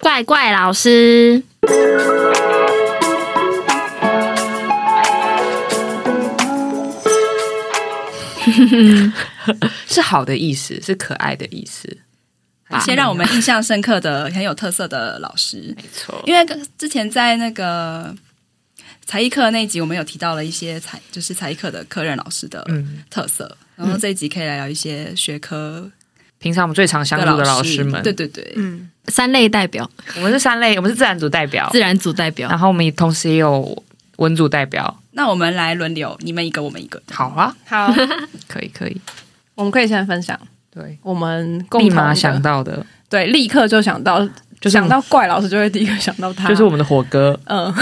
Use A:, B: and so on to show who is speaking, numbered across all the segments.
A: 怪怪老师。
B: 是好的意思，是可爱的意思，
C: 一些让我们印象深刻的、很有特色的老 师。
B: 没错。
C: 因为之前在那个才艺课那一集，我们有提到了一些才就是才艺课的科任老师的
B: 嗯，
C: 特色，然后这一集可以来聊一些学科
B: 平常我们最常相
C: 的
B: 处的
C: 老
B: 老师们，
C: 对，对对，
D: 嗯，
A: 三类代表，
B: 我们是三类，我们是自然组代表
A: 自，然组代表
B: 然。后我们也同时也有文组代表。
C: 那我们来轮流，你们一个，我们一 个。
B: 好啊，
D: 好，
B: 可以可以，
D: 我们可以先分享
B: 对，
D: 我们共
B: 立
D: 同
B: 马
D: 的
B: 想，到的
D: 对，立刻就想到，
B: 就是
D: 想到怪老师就会第一个想到他，
B: 就是我们的火哥，
D: 嗯，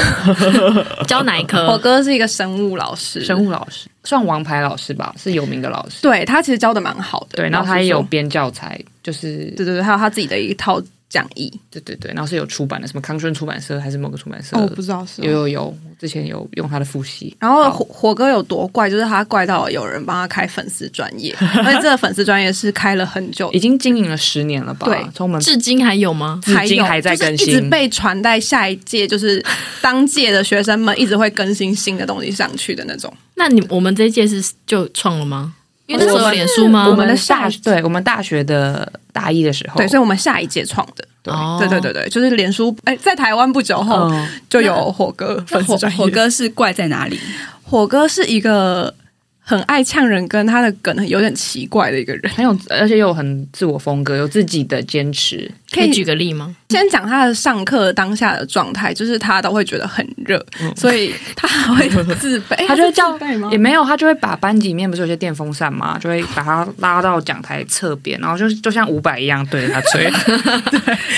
A: 教哪一
D: 我
A: 科？
D: 哥是一个生物老师，
B: 生物老师，算王牌老师吧，是有名的老师。
D: 对他其实教的蛮好的，
B: 对，然后
D: 老
B: 他
D: 实
B: 也有
D: 说
B: 编教材，就是
D: 对对对，还有他自己的一套讲义，
B: 对对对，然后是有出版的，什么康轩出版社还是某个出版社？
D: 哦，我不知道是
B: 有有有，我之前有用他的复习。
D: 然后
B: 好
D: 火火哥有多怪，就是他怪到有人帮他开粉丝专 业，而且这个粉丝专业是开了很久
B: 已，经经营了十年了吧？
D: 对
B: 从我们
A: 至今还有吗？
B: 至今
D: 有
B: 还在更
D: 就是
B: 新
D: 一直被传代下一届，就是当届的学生们一直会更新新的东西上去的那种。
A: 那你我们这一届是就创了吗？因为那时候
D: 我
A: 有
D: 们
A: 脸书吗？
D: 我们的
B: 大
D: 下一
B: 啊对我们大学的大一的时候，
D: 对，所以我们下一届创的。
B: 对
A: 哦
D: 对对对对，就是脸书哎，在台湾不久后
B: 嗯，
D: 就有火哥
C: 那
D: 粉丝
C: 火
D: 专业。
C: 火哥是怪在哪里？
D: 火哥是一个很爱呛人，跟他的梗有点奇怪的一个人。
B: 很有，而且又很自我风格，有自己的坚持。
A: 可以举个例吗？
D: 先讲他的上课当下的状态，就是他都会觉得很热，所以他还会自 卑。
B: 他就会
D: 是自
B: 叫
D: 卑吗
B: 也？没有，他就会把班级里面不是有些电风扇嘛，就会把他拉到讲台侧边，然后就就像伍佰一样对着他吹，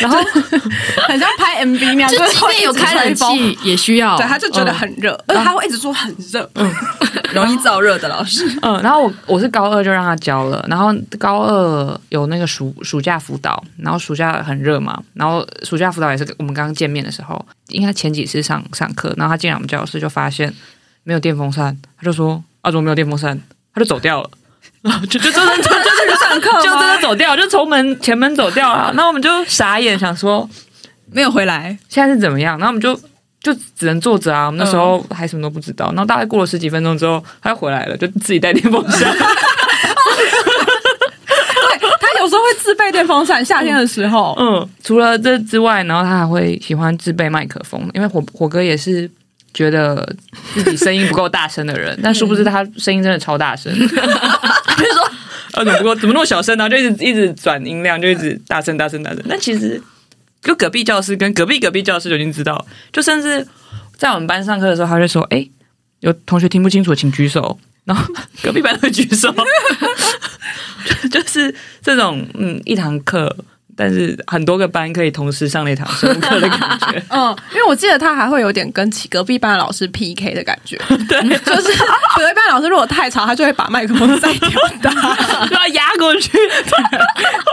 B: 然后
D: 很像拍 MV 那样，
A: 就
D: 就是
A: 即
D: 会
A: 便有
D: 一直吹
A: 开冷
D: 风，
A: 气也需要。嗯
D: 对，他就觉得很热，而且他会一直说很热。
C: 容易燥热的老 师，
B: 嗯，然后我我是高二就让他教了，然后高二有那个暑暑假辅导，然后暑假很热嘛，然后暑假辅导也是我们刚刚见面的时候，应该前几次上上课，然后他进来我们教室就发现没有电风扇，他就说啊怎么没有电风扇，他就走掉 了。就就真的就真的上课， 就真的走掉，就从门前门走掉了。那我们就傻眼，想说
C: 没有回来，
B: 现在是怎么样？然后我们就就只能坐着啊。我们那时候还什么都不知道。然后大概过了十几分钟之后，他又回来了，就自己带电风扇。
D: 对他有时候会自备电风扇，夏天的时候，
B: 嗯，除了这之外，然后他还会喜欢自备麦克风，因为火火哥也是觉得自己声音不够大声的 人，但殊不知他声音真的超大声，他 就说。 呃，怎么不嗯够？怎么那么小声呢、然后就一直一直转音量，就一直大声大声大声。但其实，就隔壁教室跟隔壁隔壁教室就已经知道了，就甚至在我们班上课的时候，他就说：“哎、有同学听不清楚，请举手。”然后隔壁班会举手， 就是这种嗯，一堂课，但是很多个班可以同时上那堂生物课的感 觉。
D: 嗯，因为我记得他还会有点跟其隔壁班的老师 PK 的感觉，对，就是隔壁班的老师如果太吵，他就会把麦克风塞 掉他，
B: 就要压过去，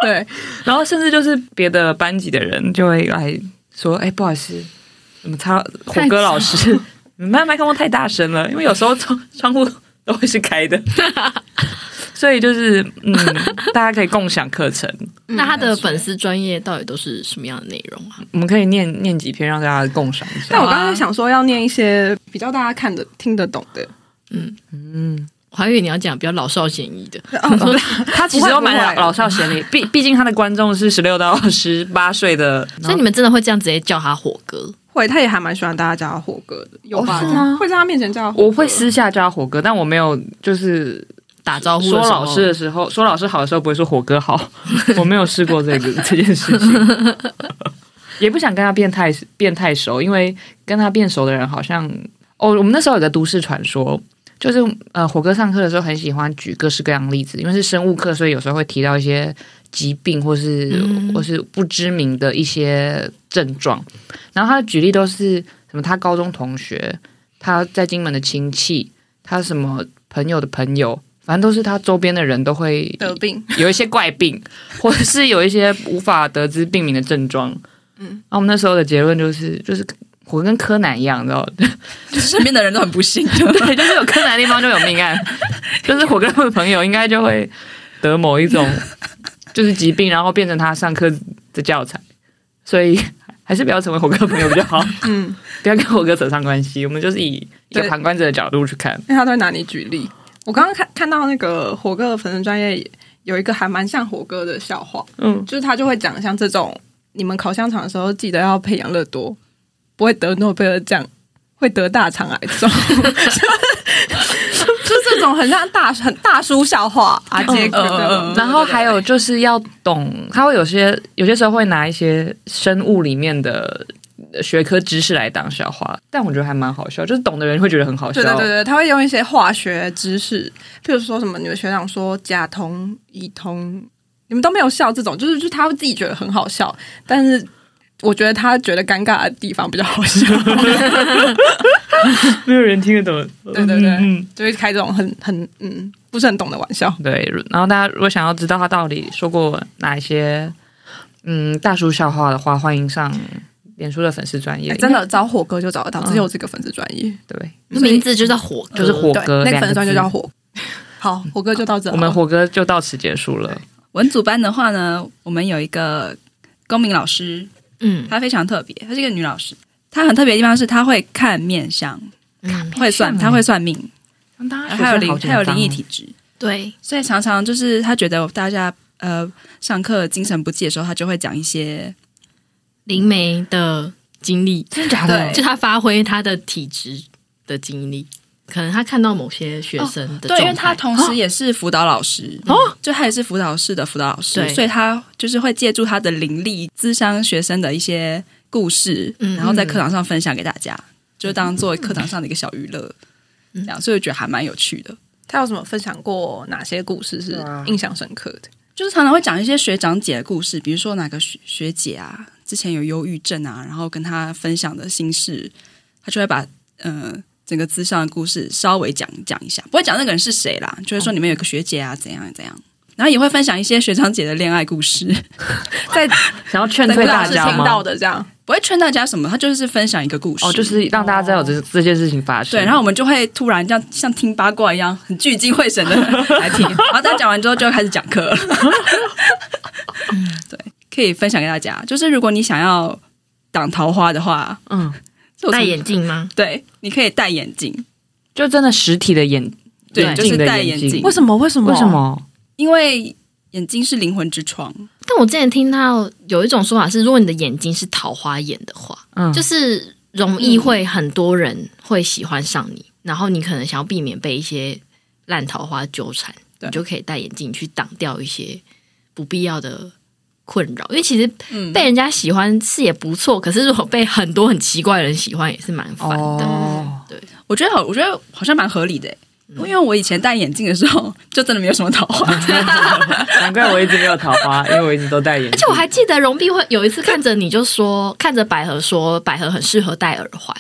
D: 对，
B: 然后甚至就是别的班级的人就会来说：“哎、不好意思，我们擦火哥老师， 你们麦克风太大声了，因为有时候窗窗户都会是开 的，所以就是嗯，大家可以共享课程，
A: 那他的粉丝专业到底都是什么样的内容啊？
B: 我们可以念念几篇让大家共赏一
D: 但
B: 下。
D: 我刚刚想说要念一些比较大家看得听得懂的，
A: 我还以为你要讲比较老少咸宜的，
B: 他其实都蛮
D: 不会不会
B: 老老少咸宜，毕毕竟他的观众是十六到十八岁的，
A: 所以你们真的会这样直接叫他火哥？
D: 会，他也还蛮喜欢大家叫他火哥的，有吧？
B: 哦是吗
D: 会在他面前叫他火哥，
B: 我会私下叫他火哥，但我没有就是
A: 打招呼的时
B: 说
A: 候
B: 老师的时候，说老师好的时候不会说火哥好，我没有试过这个这件事情， 也不想跟他变太变太熟，因为跟他变熟的人好像哦，我们那时候有个都市传说，就是呃，火哥上课的时候很喜欢举各式各样的例子，因为是生物课，所以有时候会提到一些疾病或是、或是不知名的一些症状，然后他的举例都是什么他高中同学，他在金门的亲戚，他什么朋友的朋友。反正都是他周边的人都会
D: 得病，
B: 有一些怪病，或者是有一些无法得知病名的症状。嗯，那、我们那时候的结论就是，就是我跟柯南一样，你知道，
C: 就是身边的人都很不 幸。
B: 对，就是有柯南的地方就有命案，就是我跟他的朋友应该就会得某 一种就是疾病，然后变成他上课的教材，所以还还是不要成为火哥朋友比较好，
D: 嗯，
B: 不要跟火哥扯上关系。我们就是以一个
D: 对
B: 旁观者的角度去看，
D: 因为他都会拿你举例。我刚刚看看到那个火哥的粉丝专业有一个还蛮像火哥的笑话，
B: 嗯，
D: 就是他就会讲像这种，你们烤香肠的时候记得要配养乐多，不会得诺贝尔奖，会得大肠癌症。 就这种很像大很大叔笑话啊，杰哥
C: 嗯嗯嗯
D: 的，
B: 然后还有就是要懂，他会有些有些时候会拿一些生物里面的呃学科知识来当笑话，但我觉得还蛮好笑，就是懂的人会觉得很好笑。
D: 对对对对，他会用一些化学知识，譬如说什么你们学长说甲酮、乙酮，你们都没有笑这种，就是就是他自己觉得很好笑，但是我觉得他觉得尴尬的地方比较好 笑，
B: 没有人听得懂。
D: 对对对
B: 嗯嗯
D: 就会开这种很很嗯不是很懂的玩笑。
B: 对，如然后大家如果想要知道他到底说过哪一些嗯大叔笑话的话，欢迎上脸书的粉丝专业，
D: 哎真的找火哥就找得到，
B: 嗯
D: 只有这个粉丝专业，
B: 对，
A: 名字就叫火哥，
B: 就是火
D: 对，
B: 哥
D: 那
B: 两
D: 个粉丝专业
B: 字
D: 就叫火。好，火哥就到这好
B: 我
D: 了。
B: 们火哥就到此结束了。
C: 文组班的话呢，我们有一个公民老师，
A: 嗯，
C: 她非常特别，她是一个女老师。她很特别的地方是，她会看面相，啊
A: 嗯
C: 会算，她会算命，
B: 当然，
C: 还有灵，还有
B: 哦
C: 灵异体质，
A: 对，
C: 所以常常就是她觉得大家呃上课精神不济的时候，她就会讲一些
A: 灵媒的经历，
B: 真假
C: 的
A: 就他发挥他的体质的经历，可能他看到某些学生的状态、
C: 对，因为她同啊时也啊是辅导老师，
A: 哦，
C: 就她也是辅导室的辅导老师
A: 对，
C: 所以她就是会借助她的灵力，咨商学生的一些故事，
A: 嗯
C: 然后在课堂上分享给大家，就当做课堂上的一个小娱乐，
A: 嗯
C: 这样，所以我觉得还蛮有趣的。
D: 他有什么分享过哪些故事是
B: 啊
D: 印象深刻的？
C: 就是常常会讲一些学长姐的故事，比如说哪个学学姐啊，之前有忧郁症啊，然后跟她分享的心事，她就会把呃整个资上的故事稍微讲讲一下，不会讲那个人是谁啦，就会说你们有个学姐啊，怎样怎样，然后也会哦分享一些学长姐的恋爱故事，
D: 在
B: 想要劝
D: 在
B: 退
D: 大
B: 大
D: 是
B: 家
D: 听到
B: 吗？
D: 的这样，
C: 不会劝大家什么，她哦就是分享一个故事，
B: 哦，就是让大家知道有这这件事情发生。
C: 对，然后我们就会突然这样像听八卦一样，很聚精会神的 来听，然后大家讲完之后就开始讲课了。
A: 嗯
C: 对，可以分享给大家，就是如果你想要挡桃花的话，
B: 嗯，
C: 就从
A: 戴眼镜吗？
C: 对，你可以戴眼镜，
B: 就真的实体的眼
C: 对
B: 眼
C: 就
B: 镜
C: 是
B: 的
C: 戴
B: 眼
C: 眼
B: 镜
C: 镜，
D: 什么？为什
B: 为什？么？
C: 因为眼睛是灵魂之窗。
A: 但我之前听到有一种说法是，如果你的眼睛是桃花眼的话，
B: 嗯，
A: 就是容易会很多人会喜欢上你，然后你可能想要避免被一些烂桃花纠缠，
C: 对
A: 你就可以戴眼镜去挡掉一些不必要的困扰。因为其实
C: 嗯，
A: 被人家喜欢是也不错，可是如果被很多很奇怪的人喜欢也是蛮烦的。
B: 哦，
C: 我觉得好，我觉得好像蛮合理的欸。
A: 嗯
C: 因为我以前戴眼镜的时候，就真的没有什么桃花。
B: 难怪我一直没有桃花，因为我一直都戴眼镜。
A: 而且我还记得容碧会有一次看着你就说，看着百合说，百合很适合戴耳环，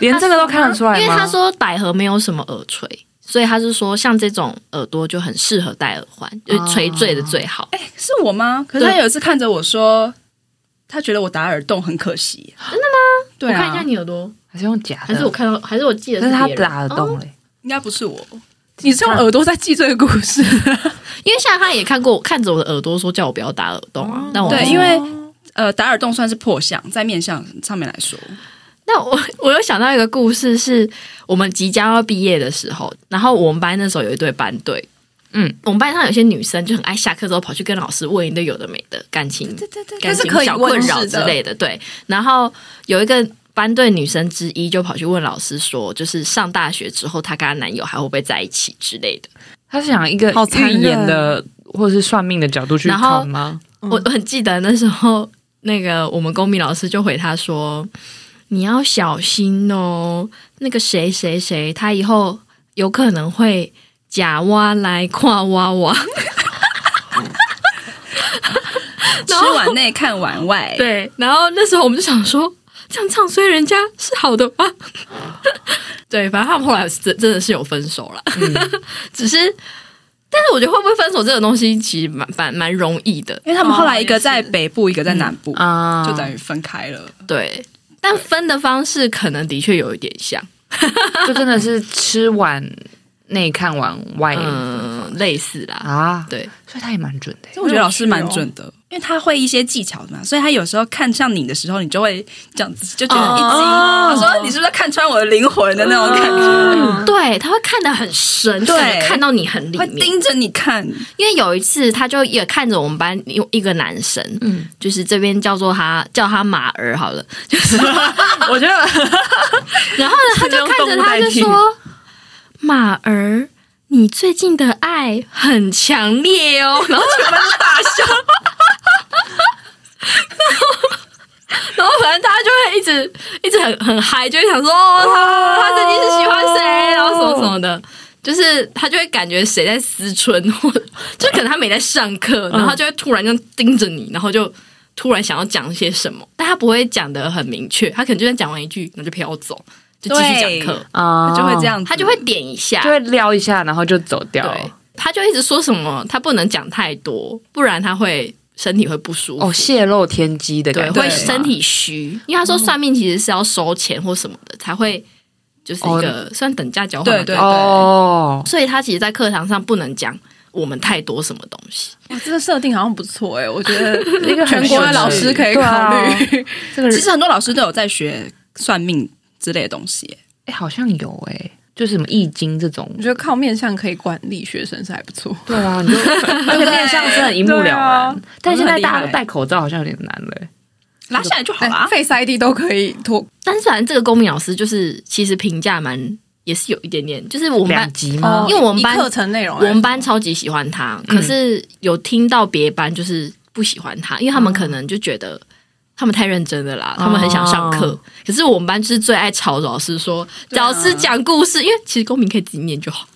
B: 连这个都看得出来吗？
A: 因为他说百合没有什么耳垂，所以他是说像这种耳朵就很适合戴耳环，就是垂坠的最好。
C: 是我吗？可是他有一次看着我说，他觉得我打耳洞很可惜。真的吗？对
A: 我
C: 啊，
A: 看一下你耳朵，
B: 还是用假
A: 还是我
B: 的，
A: 看到，还是我记得
B: 但是他
A: 别人
B: 打得
A: 哦
B: 洞啊嘞。
C: 应该不是我，
D: 你是用耳朵在记这个故事？
A: 因为像他也看过，看着我的耳朵说叫我不要打耳洞啊，但我
C: 对，因为呃，打耳洞算是破相，在面相上面来 说，
A: 那我我又想到一个故事是，我们即将要毕业的时候，然后我们班那时候有一对班队，
B: 嗯，
A: 我们班上有些女生就很爱下课之后跑去跟老师问一堆有的没的感情
D: 对对
A: 感
D: 是
A: 情
D: 可以
A: 小
D: 问
A: 困
D: 世
A: 扰之
D: 的。
A: 类的，对。然后有一个班队女生之一就跑去问老师说，就是上大学之后她跟她男友还会不会在一起之类的。
B: 他是想一个
D: 好残
B: 预
D: 忍
B: 言的或者是算命的角度去
A: 然后
B: 看吗？
A: 我我很记得那时候，那个我们公民老师就回他说：“你要小心哦，那个谁谁谁，他以后有可能会假挖来跨挖挖。
C: 吃
A: 然后
C: 碗内看碗” 外，
A: 对，然后那时候我们就想说，这样唱衰人家是好的吧？ 对，反正他们后来是真真的是有分手了， 只是，但是我觉得会不会分手这种东西，其实蛮蛮蛮容易的，
C: 因为他们后来一
D: 哦也
C: 个
D: 是
C: 在北部，一个在南部，
B: 啊，
C: 就等于分开了。
A: 对，但分的方式可能的确有一点像，
B: 就真的是吃碗内看碗外
A: 嗯，类似啦。
B: 啊，
A: 对，
B: 所以他也蛮准的欸。
A: 哦
C: 我觉得老师蛮准的，哦因为他会一些技巧的嘛，所以他有时候看上你的时候，你就会这样子，就觉得一惊。
B: 哦
C: 我说你是不是看穿我的灵魂的那种感觉？
A: 对，他会看得很深，
C: 对
A: 嗯对，看到你很里
C: 会
A: 面。
C: 盯着你看，
A: 因为有一次，他就也看着我们班有一个男生，嗯，就是这边叫做他叫他马儿好了， 就是，
B: 我觉得
A: 然后呢，他就看着他就说：“马儿，你最近的爱很强烈哦。” 然后全班都大 笑，然后然后反正大家就会一直一直很很嗨，就会想说：“哦，
B: 啊
A: 他他最近是喜欢谁？”啊然后什么什么的。就是他就会感觉谁在思春，或就可能他没在上课，然后他就会突然就盯着你，然后就突然想要讲些什么，但他不会讲的很明确，他可能就算讲完一句，然后就飘走，就继续
C: 对
A: 讲课，
B: 啊
C: 哦他就会这，样子，
A: 他就会点一下
B: 就，会撩一下，然后就走掉。
A: 对，他就一直说什么，他不能讲太多，不然他会身体会不舒服。
B: 哦，泄露天机的
A: 对，
B: 感觉，
A: 会身体虚，因为他说算命其实是要收钱或什么的，才会就是一个算等价交换的
C: 对对
A: 感觉
B: 哦，
A: 所以他其实，在课堂上不能讲我们太多什么东西。
D: 哇，这个设定好像不错哎，我觉 得
B: 一个很
D: 全国的
B: 有趣
D: 老师可以
B: 对
D: 考
B: 啊
D: 虑。
B: 这个人
C: 其实很多老师都有在学算命之类的东西，
B: 哎好像有哎，就是什么易经这种
D: 我，觉得靠面相可以管理学生是还不错。
B: 对啊，你就 而且面相真的一目了
D: 对啊
B: 然，但现在
C: 很厉害
B: 大家都戴口罩好像有点难了欸。
C: 拉下来就好
A: 啊
D: 哎
C: 啦。
D: ，Face ID 都可以脱，
A: 但是反正这个公民老师就是其实评价蛮也是有一点点，就是我们班
B: 两级吗？
A: 因为我们班
D: 以课程内容来
A: 我
D: 说，
A: 们班超级喜欢他，可是有听到别班就是不喜欢他，因为他们可能就觉得。他们太认真了啦，他们很想上课。
B: 哦
A: 可是我们班就是最爱吵老师说，
C: 啊
A: 老师讲故事，因为其实公民可以自己念就好，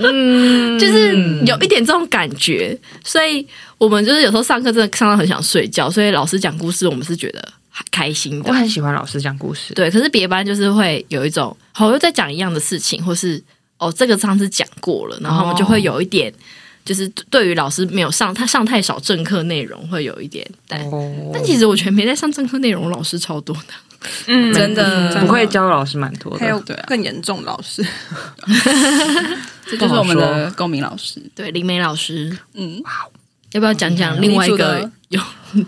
B: 嗯，
A: 就是有一点这种感觉。所以我们就是有时候上课真的上到很想睡觉，所以老师讲故事，我们是觉得还开心的
B: 我。很喜欢老师讲故事，
A: 对，可是别班就是会有一种，好、又在讲一样的事情，或是哦，这个上次讲过了，然后我们就会有一点，就是对于老师没有上他上太少正课内容，会有一点但、
B: 哦，
A: 但其实我觉得没在上正课内容，老师超多的，
D: 嗯
C: 真的
B: 不会教老师蛮多
D: 还有
B: 的，
C: 对啊
D: 更严重的老师，
C: 这就是我们的公民老师，
A: 对，林梅老师，嗯
C: 嗯，
A: 要不要讲讲另外一
C: 林
A: 个
C: 立柱的
A: 有？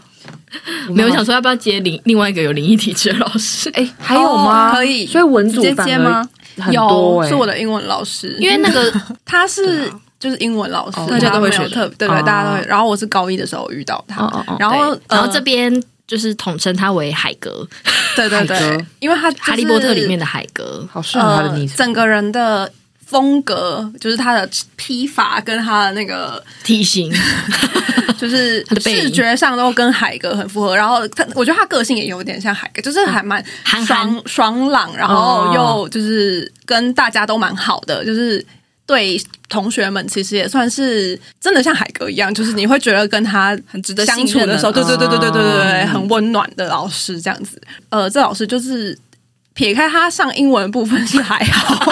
A: 没有我想说要不要接另另外一个有灵异体质的老师，
B: 哎，还有吗？
D: 哦可以
B: 所以文
C: 直
B: 组
C: 接
B: 反
C: 接
B: 而
C: 吗？
B: 很多
D: 有
B: 哎，
D: 是我的英文老师， 嗯
A: 因为那 啊个
D: 他是就是英文老师，
B: 哦大
D: 他
B: 家都
C: 会
D: 没有
C: 学的
D: 特对对，
B: 哦
D: 大家都会。然后我是高一的时候遇到
B: 哦
D: 他，
B: 哦哦，
D: 然后呃
A: 对然后这呃
D: 边
A: 边就是统称他为海格，
D: 对对
B: 海格
D: 对，因为他
A: 哈利波特》里面的海格，
B: 好适合他的
D: 呃
B: 昵称
D: 整个人的风格，就是他的披发跟他的那个
A: 体型
D: 就是
A: 他的背影
D: 视觉上都跟海哥很符合，然后他我觉得他个性也有点像海哥，就是还蛮
A: 憨
D: 爽
A: 憨
D: 爽朗，然
B: 哦
D: 后又就是跟大家都蛮好的，就是对同学们其实也算是真的像海哥一样，就是你会觉得跟他
C: 很值得
D: 相
C: 信
D: 处
C: 任哦
D: 的时候，对对对对对对对对，
B: 嗯
D: 很温暖的老师这样子。呃，这老师就是撇开他上英文的部分是还好。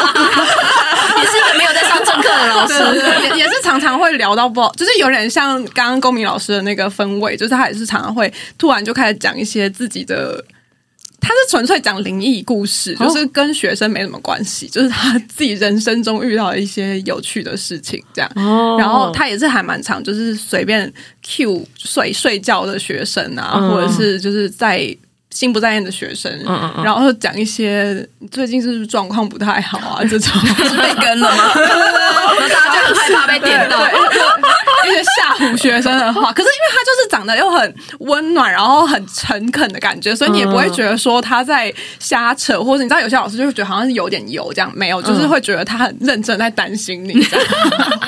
A: 也是一个没有在上正课的老师。
D: 也也是常常会聊到不好，就是有点像刚刚公民老师的那个氛围，就是他也是常常会突然就开始讲一些自己的。他是纯粹讲灵异故事，
B: 哦
D: 就是跟学生没什么关系，就是他自己人生中遇到的一些有趣的事情这样。
B: 哦
D: 呃然后他也是还蛮常，就是随便 Q 睡睡觉的学生啊，
B: 嗯
D: 或者是就是在心不在焉的学生，
B: 嗯嗯嗯
D: 然后讲一些你最近是不是状况不太好啊 这种。
C: 是被跟了吗？
A: 然后大家就很害怕被点到。
D: 对 对一些吓唬学生的话。可是因为他就是长得又很温暖，然后很诚恳的感觉，所以你也不会觉得说他在瞎扯，或者你知道有些老师就会觉得好像是有点油这样，没有，就是会觉得他很认真在担心你这样。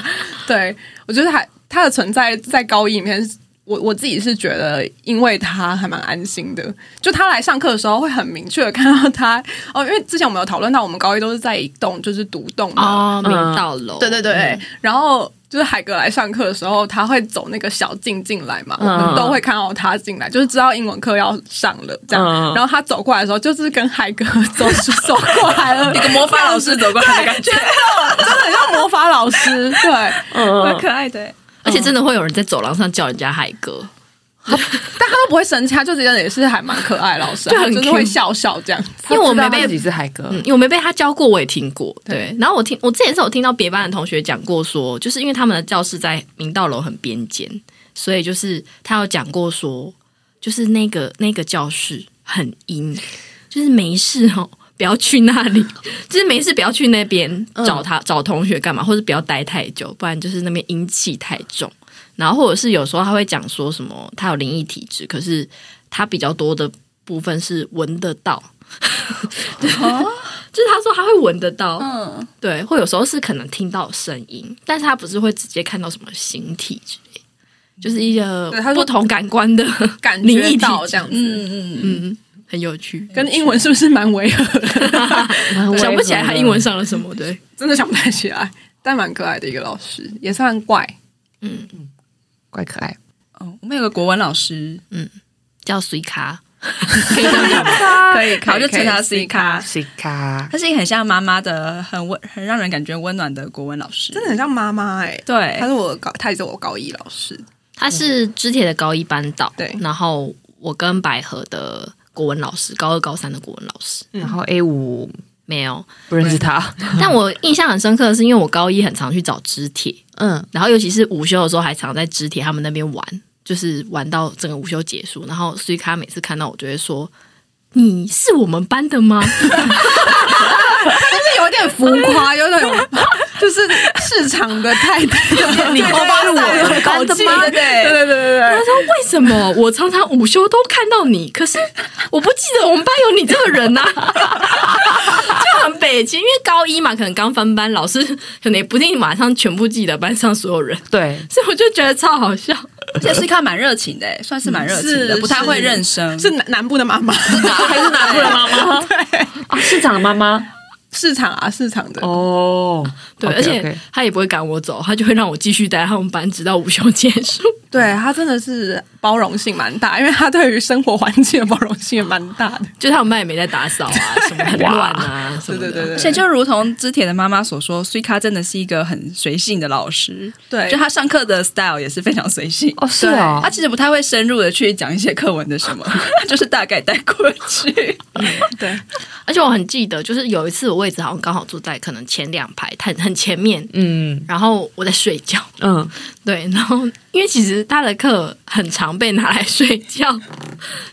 D: 对我觉得还他的存在在高一里面。我我自己是觉得，因为他还蛮安心的，就他来上课的时候会很明确的看到他哦，因为之前我们有讨论到，我们高一都是在一栋就是独栋嘛，
A: 哦，明道楼，
D: 嗯对对对，
C: 嗯
D: 然后就是海哥来上课的时候，他会走那个小径进来
C: 嗯
D: 嘛，我们都会看到他进来，就是知道英文课要上了这样。
B: 嗯
D: 然后他走过来的时候，就是跟海哥走走过来了，
C: 一个魔法老师走过来的 感觉，
D: 真的很像魔法老师，对，
B: 嗯
D: 蛮可爱的。欸
A: 而且真的会有人在走廊上叫人家海哥，
D: 但他都不会生气，他就觉得也是还蛮可爱的老师啊，
A: 就很
D: 就是
A: cute
D: 会笑笑这样子。
A: 因为我没
B: 他知道他自
A: 被
B: 己是海哥
A: 嗯，，因为我没被他教过，我也听过。对，然后我听我之前是有听到别班的同学讲过说，就是因为他们的教室在明道楼很边间，所以就是他有讲过说，就是那个那个教室很阴，就是没事哦，不要去那里， 就是没事不要去那边找
D: 嗯
A: 他、找同学干嘛，或者不要待太久，不然就是那边阴气太重。然后或者是有时候他会讲说什么，他有灵异体质，可是他比较多的部分是闻得 到，就是他说他会闻得到，
D: 哦嗯，
A: 对，或有时候是可能听到声音，但是他不是会直接看到什么形体之类，就是一个
D: 对他说
A: 不同感官的
D: 感
A: 灵异
D: 觉
A: 体
D: 到
A: 质
D: 这样子，
C: 嗯嗯，
A: 嗯，很有趣。
D: 跟英文是不是蛮违和的？
A: 想不起来他英文上了什么，对，
D: 真的想不太起来，但蛮可爱的一个老师，也算怪。
A: 嗯，
B: 怪可爱，
C: 哦，我们有个国文老师，
A: 叫随卡，
C: 可以，啊好，就称他 C 咖。
B: 西卡
C: 他是一个很像妈妈的，很温，很让人感觉温暖的国文老师，
D: 真的很像妈妈哎、
C: 对
D: 她，是我的高，她也是我高一老师。
A: 他是知铁的高一班导，
D: 对
A: 然后我跟百合的国文老师，高二高三的国文老师
B: 然后 A 五
A: 没有，
B: 不认识他，
A: 但我印象很深刻的是，因为我高一很常去找知铁，
B: 嗯，
A: 然后尤其是午休的时候，还常在肢铁他们那边玩，就是玩到整个午休结束。然后苏伊卡每次看到我就会说：“你是我们班的吗？”
D: 就是有点 浮夸，有那种就是市场的态 度。
B: 你
D: 对
B: 欧巴是我
D: 对对
B: 的
D: 对
B: 高
D: 对
B: 进
D: 对对对对对
A: 他
D: 对，
A: 说：“为什么 我常常午休都看到你，可是我不记得我们班有你这个人呐、啊 就很北京，因为高一嘛，可能刚分班，老师可能也不一定马上全部记得班上所有人，
B: 对，
A: 所以我就觉得超好笑。
C: 而且 C 咖蛮热情的，算是蛮热情的，
D: 是
C: 不太会认生，
D: 嗯是南南部的妈妈，
B: 还是南部的妈妈，啊，市长的妈妈，
D: 市场啊市场的。
B: 哦，
A: 对
B: OK，
A: 而且
B: OK
A: 他也不会赶我走，他就会让我继续待在他们班，直到午休结束。
D: 对她真的是包容性蛮大，因为她对于生活环境的包容性也蛮大的。
A: 就他们班也没在打扫啊，什么很乱啊，什
D: 对
A: 么的。
D: 对对对，
C: 而且就如同之铁的妈妈所说，C 咖真的是一个很随性的老师，
D: 对
C: 就他上课的 style 也是非常随性。
B: 哦是哦
C: 他其实不太会深入的去讲一些课文的 什么，就是大概带过去。
D: 对，啊
A: 而且我很记得，就是有一次我位置好像刚好坐在可能前两排，很很前面，
B: 嗯
A: 然后我在睡觉。
B: 嗯，
A: 对，然后因为其实他的课很常被拿来睡觉，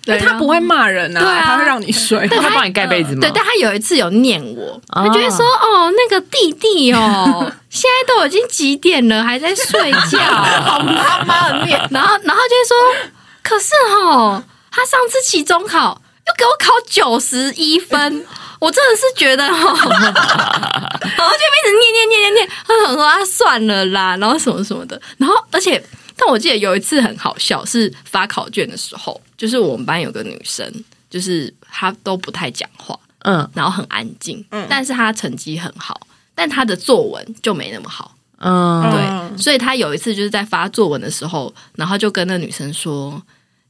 A: 对，
D: 她
A: 然后
D: 不。会骂人
A: 对啊
D: 啊，她会让你睡。
B: 他会帮你盖被子吗？
A: 对，但他有一次有念我，
B: 哦
A: 他就会说：“哦，那个弟弟哦， 现在都已经几点了，还在睡觉。”好妈妈的面。然后，然后就会说：“可是哦，他上次期中考又给我考九十一分，我真的是觉 得哦，然后就一直念念念念念，他想说啊算了啦，然后什么什么的，然后而且，但我记得有一次很好笑，是发考卷的时候，就是我们班有个女生，就是她都不太讲话，
B: 嗯
A: 然后很安静，但是她成绩很好，但她的作文就没那么好，
B: 嗯，
A: 对，所以他有一次就是在发作文的时候，然后就跟那女生说：“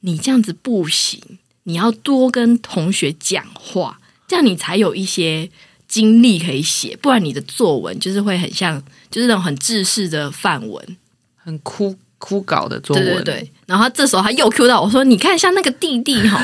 A: 你这样子不行，你要多跟同学讲话，这样你才有一些经历可以写，不然你的作文就是会很像就是那种很制式的范文。”
B: 很枯枯槁的作文，
A: 对对对，然后这时候他又 Q 到我说：“你看，像那个弟弟 哈，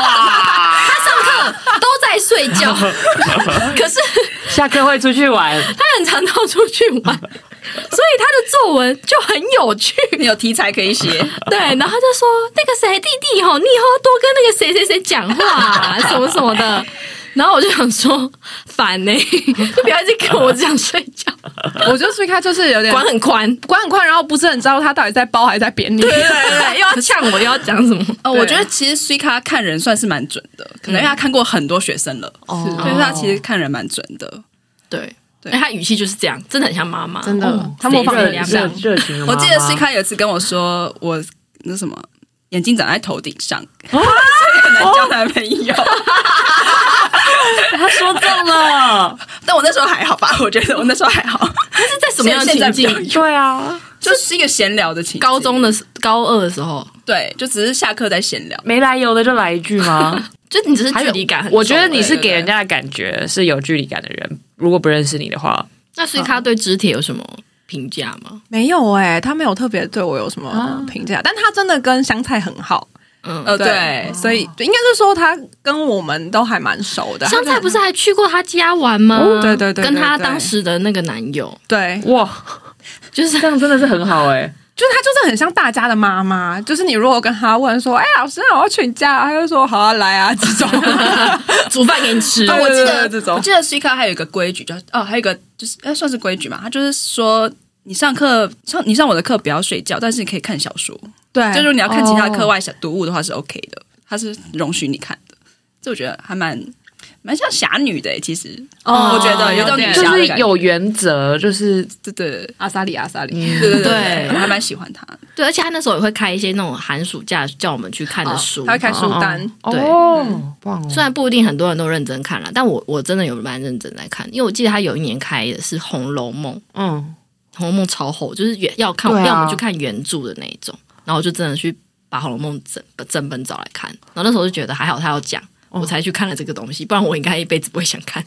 A: 他上课都在睡 觉，可是
B: 下课会出去玩，
A: 他很常到处去 玩，所以他的作文就很有趣。”
C: 你有题材可以写，
A: 对，然后他就说那个谁弟弟吼，你以后多跟那个谁谁谁讲话、啊， 什么什么的。然后我就想说，烦 呢、就不要一直跟我讲睡觉，
D: 我觉得所以她就是有 点
A: 管很宽。
D: 管很宽，然后不是很知道她到底在包还是在贬你。
A: 对对对，又要呛我，又要讲 什么？
C: 哦，
D: 对
C: 我觉得其实 C 咖看人算是蛮准的，可能因为他看过很多学生了，
B: 哦
C: 所以他其实看人蛮准的。
A: 对，
C: 对
A: 哎，他语气就是这样，真的很像妈妈，
D: 真
B: 哦
D: 的，她
A: 谁
D: 模仿
A: 热
D: 的
B: 热
A: 量
D: 良
B: 热
A: 大
D: 好。
B: 热情的妈
C: 我
B: 妈
C: 记得 C 咖有一次跟我说，我那什么眼睛长在头顶上，所以很难交男朋友。
B: 他说中了，
C: 但我那时候还好吧，我觉得我那时候还好，
A: 是在什么样的
C: 现在
A: 情
C: 比较
A: 境？
B: 对啊，
C: 就是一个闲聊的情景。
A: 高中的时高二的时候，
C: 对，就只是下课在闲聊。
B: 没来由的就来一句吗？
A: 就你只是
B: 还
A: 距
B: 有
A: 离感很重而已。欸
B: 我觉得你是给人家的感觉是有距离感的人，如果不认识你的话，
A: 那所以他对肢体有什么评价吗？
D: 没有哎、她没有特别对我有什么评价，但她真的跟香菜很好，
A: 嗯，
C: 呃，对，
D: 所以应该是说她跟我们都还蛮熟的。
A: 香
D: 她
A: 菜
D: 就
A: 不是还去过他家玩吗？
D: 哦对对对对
A: 跟他
D: 对
A: 当时的那个男友，
D: 对，
B: 哇，
A: 就是
B: 这样真的是很好哎、
D: 就是他就是很像大家的妈妈，就是你如果跟他问说，哎、老师啊，我要请假啊，他就说好啊，来啊，这种。
A: 煮饭给你吃。
D: 对
C: 我记
D: 对对
C: 得哦
D: 这种
C: 我记得 C 卡还有一个规矩，就是哦，还有一个就是哎，算是规矩嘛，他就是说。你上课上你上我的课不要睡觉，但是你可以看小说。
D: 对，
C: 就是是你要看
B: 哦
C: 其他课外小读物的话是 OK 的，他是容许你看的。这我觉得还蛮蛮像侠女的、欸，其实
D: 哦
C: 我觉得有种女
B: 就
C: 侠
B: 是
C: 的感觉。
B: 有原则，就是
C: 对对
D: 阿萨里阿萨
B: 嗯
D: 里，
C: 对
A: 对
C: 对对，我还蛮喜欢他的。
A: 对，而且他那时候也会开一些那种寒暑假叫我们去看的书，
D: 哦他会开书单，
A: 对
B: 哦，棒哦，
A: 虽然不一定很多人都认真看了，但我我真的有蛮认真在看，因为我记得他有一年开的是《红楼梦》，《
B: 嗯，
A: 红楼梦》超厚，就是原要看、
B: 对啊
A: 要我们去看原著的那一种，然后我就真的去把《红楼梦》整整本找来看，然后那时候就觉得还好他要讲，
D: 哦
A: 我才去看了这个东西，不然我应该一辈子不会想 看。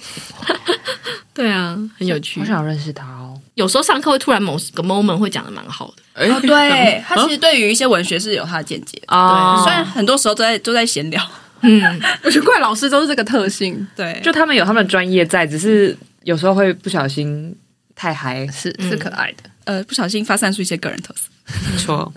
A: 对啊，很有趣
B: 我。想认识他哦。
A: 有时候上课会突然某个 moment 会讲的蛮好的，
C: 哦，对，嗯他其实对于一些文学是有他的见解的，
B: 哦
C: 虽然很多时候都在都在闲聊。
A: 嗯，
D: 我觉得怪老师都是这个特性。
C: 对，
B: 就他们有他们的专业在，只是有时候会不小心太嗨，
D: 是
A: 嗯
D: 爱的，
C: 呃不小心发散出一些个人特色。
B: 没错。